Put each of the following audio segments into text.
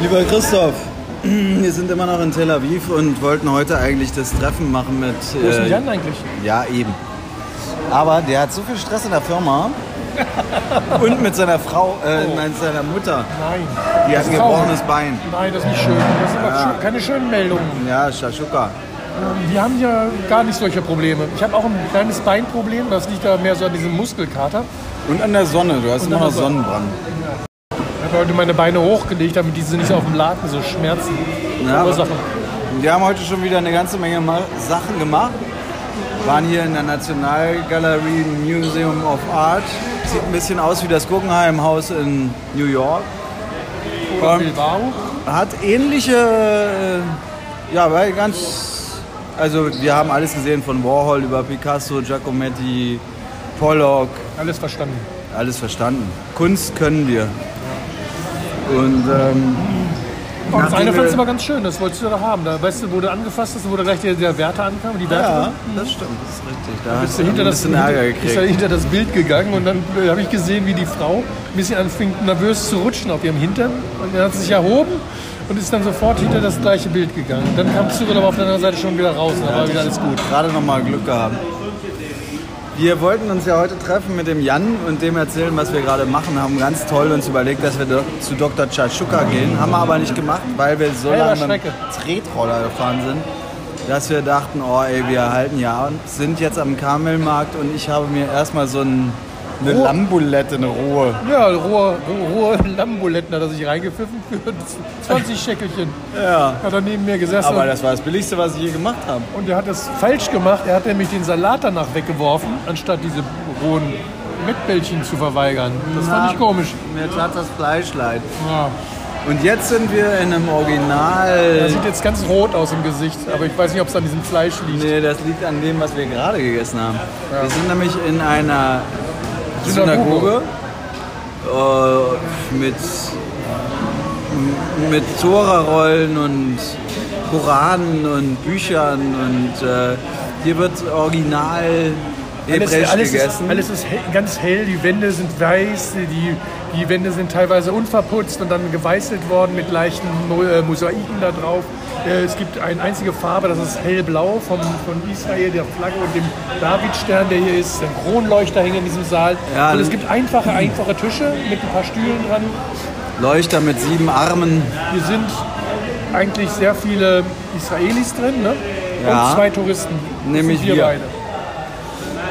Lieber Christoph, wir sind immer noch in Tel Aviv und wollten heute eigentlich das Treffen machen mit. Wo ist denn äh, Jan eigentlich? ja, eben. Aber der hat so viel Stress in der Firma und mit seiner Frau, äh, nein, seiner Mutter. Nein. Die Das hat ein ist traurig. gebrochenes Bein. Nein, das ist nicht schön. Das sind aber schön, keine schönen Meldungen. Ja, Shashuka. Die haben ja gar nicht solche Probleme. Ich habe auch ein kleines Beinproblem, das liegt da mehr so an diesem Muskelkater. Und an der Sonne, du hast Und immer an noch der Sonne. Sonnenbrand. Ich habe heute meine Beine hochgelegt, damit diese nicht auf dem Laken so Schmerzen Ja, aber- verursachen. Wir haben heute schon wieder eine ganze Menge Ma- Sachen gemacht. Waren hier in der Nationalgalerie Museum of Art. Sieht ein bisschen aus wie das Guggenheim-Haus in New York. Oder Ähm, Bilbao. Hat ähnliche, äh, ja, weil ganz, also wir haben alles gesehen von Warhol über Picasso, Giacometti, Pollock, Alles verstanden. alles verstanden. Kunst können wir. Und ähm, Und das nachdem eine wir- fand ich immer ganz schön, das wolltest du da haben. Da, weißt du, wo du angefasst hast, wo da gleich der, der Wärter ankam, die Wärter. ja, das stimmt, das ist richtig. Da Bist hast du du ein hinter das, bisschen Ärger hinter, ist er gekriegt. hinter das Bild gegangen und dann äh, habe ich gesehen, wie die Frau ein bisschen anfing, nervös zu rutschen auf ihrem Hintern. Und er hat sich erhoben und ist dann sofort hinter das gleiche Bild gegangen. Und dann kam Cyril aber auf der anderen Seite schon wieder raus. Da war wieder alles gut. Gerade nochmal Glück gehabt. Wir wollten uns ja heute treffen mit dem Jan und dem erzählen, was wir gerade machen. Haben ganz toll uns überlegt, dass wir do zu Dr. Tschaschuka gehen. Haben wir aber nicht gemacht, weil wir so Selber lange mit dem Strecke. Tretroller gefahren sind, dass wir dachten, oh ey, wir halten ja und sind jetzt am Kamelmarkt und ich habe mir erstmal so ein, eine Ruhe. Lambulette, eine Ruhe. Ja, rohe, rohe Lamboletten hat er sich reingepfiffen für 20 Schäckelchen. Ja. Hat er neben mir gesessen. Aber das war das Billigste, was ich je gemacht habe. und er hat das falsch gemacht. Er hat nämlich den Salat danach weggeworfen, anstatt diese rohen Mettbällchen zu verweigern. Das fand ich komisch. Mir tat das Fleisch leid. Ja. Und jetzt sind wir in einem Original. Er sieht jetzt ganz rot aus im Gesicht, aber ich weiß nicht, ob es an diesem Fleisch liegt. Nee, das liegt an dem, was wir gerade gegessen haben. Wir sind nämlich in einer Synagoge Synagoge. äh, mit, mit Tora-Rollen und Koranen und Büchern und äh, hier wird original Alles, hebräisch alles, ist, gegessen. alles ist hell, ganz hell, die Wände sind weiß, die, die Wände sind teilweise unverputzt und dann geweißelt worden mit leichten Mo äh, Mosaiken da drauf. Äh, es gibt eine einzige Farbe, das ist hellblau vom, von Israel, der Flagge und dem Davidstern, der hier ist. Der Kronleuchter hängt in diesem Saal. Ja, und es ne? gibt einfache, einfache Tische mit ein paar Stühlen dran. Leuchter mit sieben Armen. Hier sind eigentlich sehr viele Israelis drin ne? Ja. und zwei Touristen. Das Nämlich sind wir wir. beide.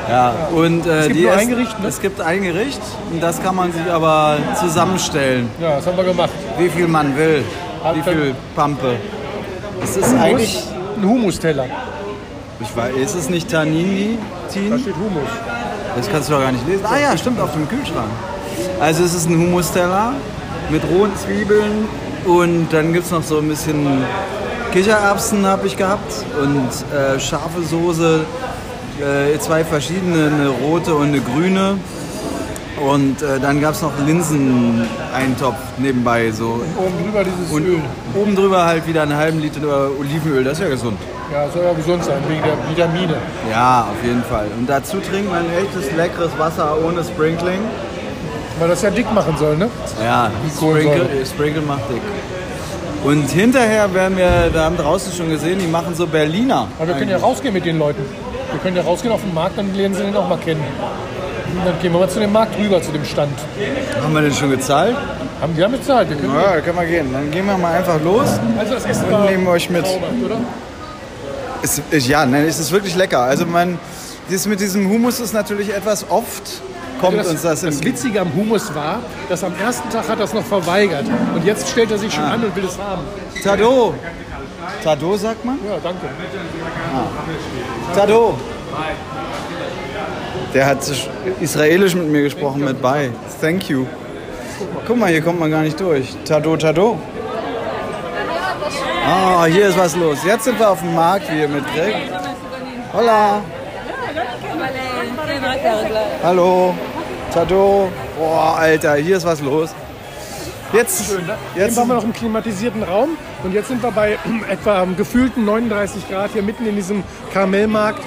Ja. Und, äh, gibt die nur ein essen- Gericht, ne? Es gibt ein Gericht und das kann man sich aber zusammenstellen. Ja, das haben wir gemacht. Wie viel man will, wie Hat- viel Pampe. Es ist Humus, eigentlich. ein Humusteller. Ich weiß, ist es nicht Tanini? Da Tin? steht Humus. Das kannst du doch gar nicht lesen. Ah ja, stimmt, auf dem Kühlschrank. Also es ist ein Humusteller mit rohen Zwiebeln und dann gibt es noch so ein bisschen Kichererbsen habe ich gehabt und äh, scharfe Soße, äh, zwei verschiedene, eine rote und eine grüne. Und äh, dann gab es noch Linseneintopf nebenbei so. Oben drüber dieses Und Öl. oben drüber halt wieder einen halben Liter äh, Olivenöl, das ist ja gesund. Ja, soll ja gesund sein, wegen der Vitamine. Ja, auf jeden Fall. Und dazu trinkt man echtes leckeres Wasser ohne Sprinkling. Weil das ja dick machen soll, ne? Ja, Kohlensäure. Sprinkle, Sprinkle macht dick. Und hinterher werden wir, wir haben draußen schon gesehen, die machen so Berliner. Aber wir können ja rausgehen mit den Leuten. Wir können ja rausgehen auf den Markt, dann lernen sie den auch mal kennen. Und dann gehen wir mal zu dem Markt rüber, zu dem Stand. Haben wir denn schon gezahlt? Haben wir bezahlt? Wir können Ja, können wir gehen. Dann gehen wir mal einfach los. also das Essen Und war nehmen euch mit. zaubert, Oder? Es, es, ja, nein, es ist wirklich lecker. Also man, das mit diesem Humus ist natürlich etwas oft, kommt Das, uns das in das Witzige am Humus war, dass am ersten Tag hat er es noch verweigert. Und jetzt stellt er sich Ah. schon an und will es haben. Tado. Tado sagt man? Ja, danke. Tado. Der hat sich israelisch mit mir gesprochen, mit Bye. Thank you. Guck mal, hier kommt man gar nicht durch. Tado, Tado. Ah, hier ist was los. Jetzt sind wir auf dem Markt, wie ihr mitkriegt. Hola. Hallo. Tado. Boah, Alter, hier ist was los. Jetzt, Jetzt jetzt waren ne? wir noch im klimatisierten Raum und jetzt sind wir bei etwa ähm, gefühlten 39 Grad hier mitten in diesem Karamellmarkt.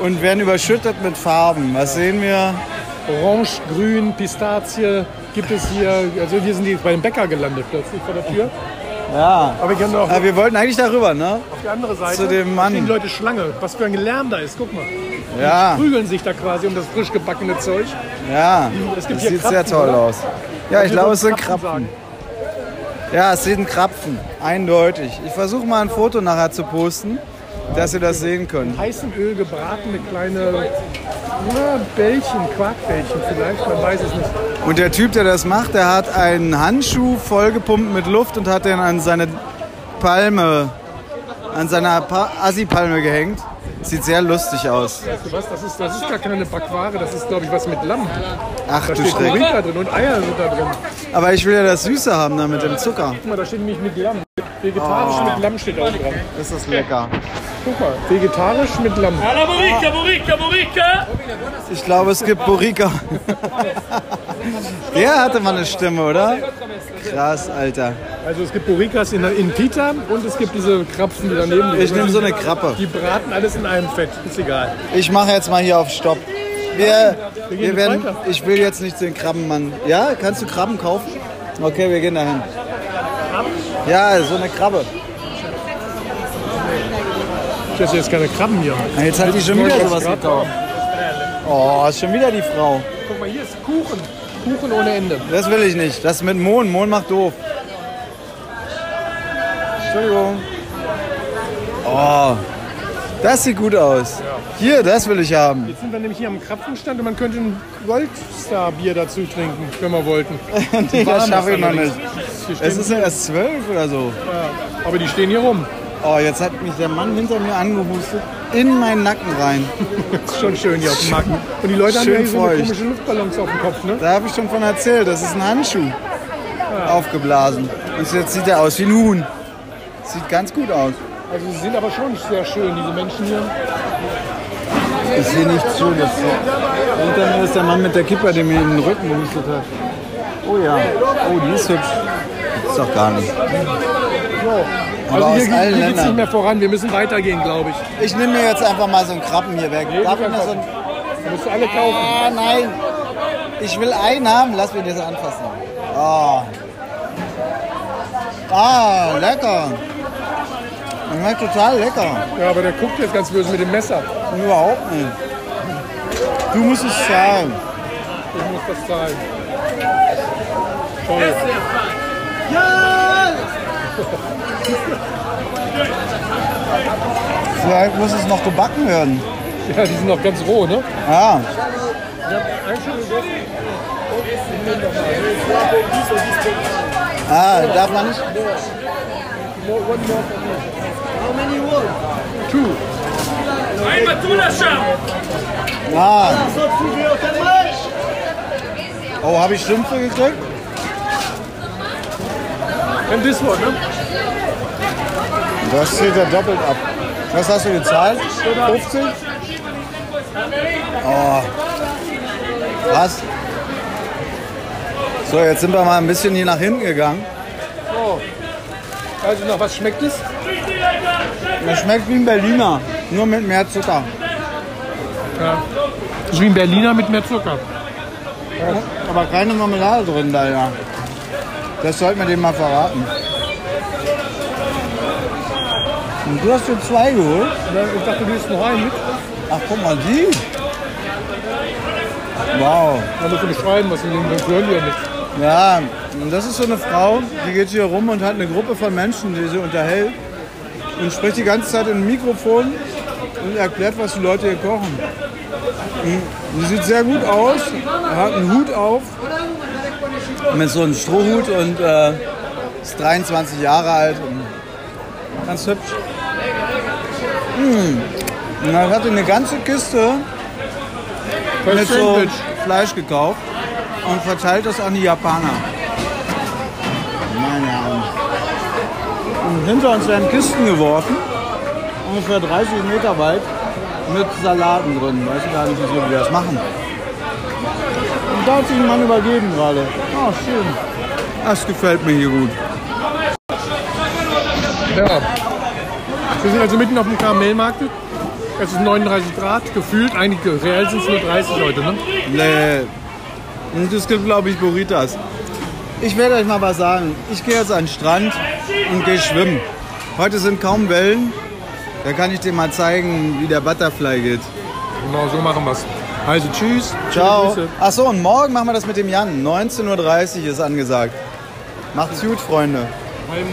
und werden überschüttet mit Farben. Was sehen wir? Orange, Grün, Pistazie gibt es hier. Also wir sind jetzt bei dem Bäcker gelandet plötzlich vor der Tür. Ja. Aber ich kann auch Aber Ah, wir wollten eigentlich darüber, ne? auf die andere Seite. zu dem Mann. Stehen die Leute Schlange. Was für ein Gelärm da ist. Guck mal. Ja, Prügeln sich da quasi um das frisch gebackene Zeug. ja. Es gibt Das hier sieht Krapfen, sehr toll oder? aus. Ja, ich Wir glaube, es sollen sind Krapfen. Ja, es sind Krapfen. Eindeutig. Ich versuche mal ein Foto nachher zu posten, dass ihr das sehen könnt. sagen. Heißem Öl gebratene kleine na, Bällchen, Quarkbällchen vielleicht. Man weiß es nicht. Und der Typ, der das macht, der hat einen Handschuh vollgepumpt mit Luft und hat den an seine Palme, an seiner Pa- Assi-Palme gehängt. Sieht sehr lustig aus. Weißt du was? Das ist, das ist gar keine Backware. Das ist, glaube ich, was mit Lamm. Ach Da du steht Schreck. Paprika drin und Eier sind da drin. Aber ich will ja das Süße haben da mit dem Zucker. Guck mal, da steht nämlich mit Lamm. Vegetarisch Ah. mit Lamm steht auch dran. Ist das lecker. Guck mal, vegetarisch mit Lamm. Alla Borica, Borica, Borica! Ich glaube, es gibt Borika. Der hatte mal eine Stimme, oder? Krass, Alter. Also es gibt Borikas in, in Pita und es gibt diese Krapfen, die daneben liegen. Ich nehme so eine Krappe. Die braten alles in einem Fett, ist egal. Ich mache jetzt mal hier auf Stopp. Wir, wir gehen werden, weiter. ich will jetzt nicht den Krabbenmann. Ja, kannst du Krabben kaufen? Okay, wir gehen dahin. Ja, so eine Krabbe. Ich esse jetzt keine Krabben hier. Jetzt hat die schon wieder sowas gekauft. Oh, ist schon wieder die Frau. Guck mal, hier ist Kuchen. Kuchen ohne Ende. Das will ich nicht. Das mit Mohn. Mohn macht doof. Entschuldigung. Oh, das sieht gut aus. Hier, das will ich haben. Jetzt sind wir nämlich hier am Krapfenstand und man könnte ein Goldstar-Bier dazu trinken, wenn wir wollten. Nee, das Warm schaffe ich noch allerdings. nicht. Hier stehen, Es ist ja erst zwölf oder so. aber die stehen hier rum. Oh, jetzt hat mich der Mann hinter mir angehustet. In meinen Nacken rein. Ist schon schön hier auf dem Markt. Und die Leute haben Schön ja hier so eine feucht. komische Luftballons auf dem Kopf, ne? Da habe ich schon von erzählt. Das ist ein Handschuh. Aufgeblasen. Und jetzt sieht er aus wie ein Huhn. Sieht ganz gut aus. Also sie sind aber schon sehr schön, diese Menschen hier. Ich sehe nichts Schönes. Hinter mir ist der Mann mit der Kipper, der mir in den Rücken gehustet hat. Oh ja. Oh, die ist hübsch. Ist doch gar nicht. Also Aber aus hier, geht- allen hier geht es nicht Ländern. mehr voran, wir müssen weitergehen, glaube ich. Ich nehme mir jetzt einfach mal so einen Krabben hier weg. Darf ich mir so einen... Da musst du alle kaufen. Ah, nein. Ich will einen haben. Lass mich das anfassen. Oh. Ah, lecker. Das schmeckt total lecker. Ja, aber der guckt jetzt ganz böse mit dem Messer. Überhaupt nicht. Du musst es sagen. Ich muss das zahlen. Toll. Vielleicht muss es noch gebacken werden. Ja, die sind noch ganz roh, ne? Ja. Ah, darf man nicht? Einmal du lasciamo! Ah. Oh, habe ich Strümpfe gekriegt? And this one, ne? Das zählt ja doppelt ab. Was hast du gezahlt? 50? Oh. Was? So, jetzt sind wir mal ein bisschen hier nach hinten gegangen. Also nach was schmeckt es? Das schmeckt wie ein Berliner, nur mit mehr Zucker. Ja. Ist wie ein Berliner mit mehr Zucker. Aber keine Marmelade drin leider. Das sollten wir dem mal verraten. Und du hast dir zwei geholt? Ja, Ich dachte, du bist noch einen mit. Ach, guck mal, die. Wow. Da musst du beschreiben, was wir denen dann hören wir nicht. Ja, und das ist so eine Frau, die geht hier rum und hat eine Gruppe von Menschen, die sie unterhält und spricht die ganze Zeit in ein Mikrofon und erklärt, was die Leute hier kochen. Und Die sieht sehr gut aus, hat einen Hut auf mit so einem Strohhut und äh, ist 23 Jahre alt und ganz hübsch. Mm. Und dann hat sie eine ganze Kiste mit so Sandwich. Fleisch gekauft und verteilt das an die Japaner. Meine Herren. Und hinter uns werden Kisten geworfen, ungefähr 30 Meter weit, mit Salaten drin. Weiß ich gar nicht, wieso die das machen. Und da hat sich ein Mann übergeben gerade. Oh, schön. Das gefällt mir hier gut. Ja. Wir sind also mitten auf dem Karamellmarkt. Es ist 39 Grad, gefühlt. Eigentlich real sind es nur 30 heute, ne? Nee. Und es gibt, glaube ich, Burritas. Ich werde euch mal was sagen. Ich gehe jetzt an den Strand und gehe schwimmen. Heute sind kaum Wellen. Da kann ich dir mal zeigen, wie der Butterfly geht. Genau, so machen wir's. Also tschüss. Ciao. Schöne Grüße. Achso, und morgen machen wir das mit dem Jan. 19.30 Uhr ist angesagt. Macht's gut, Freunde. Weil muss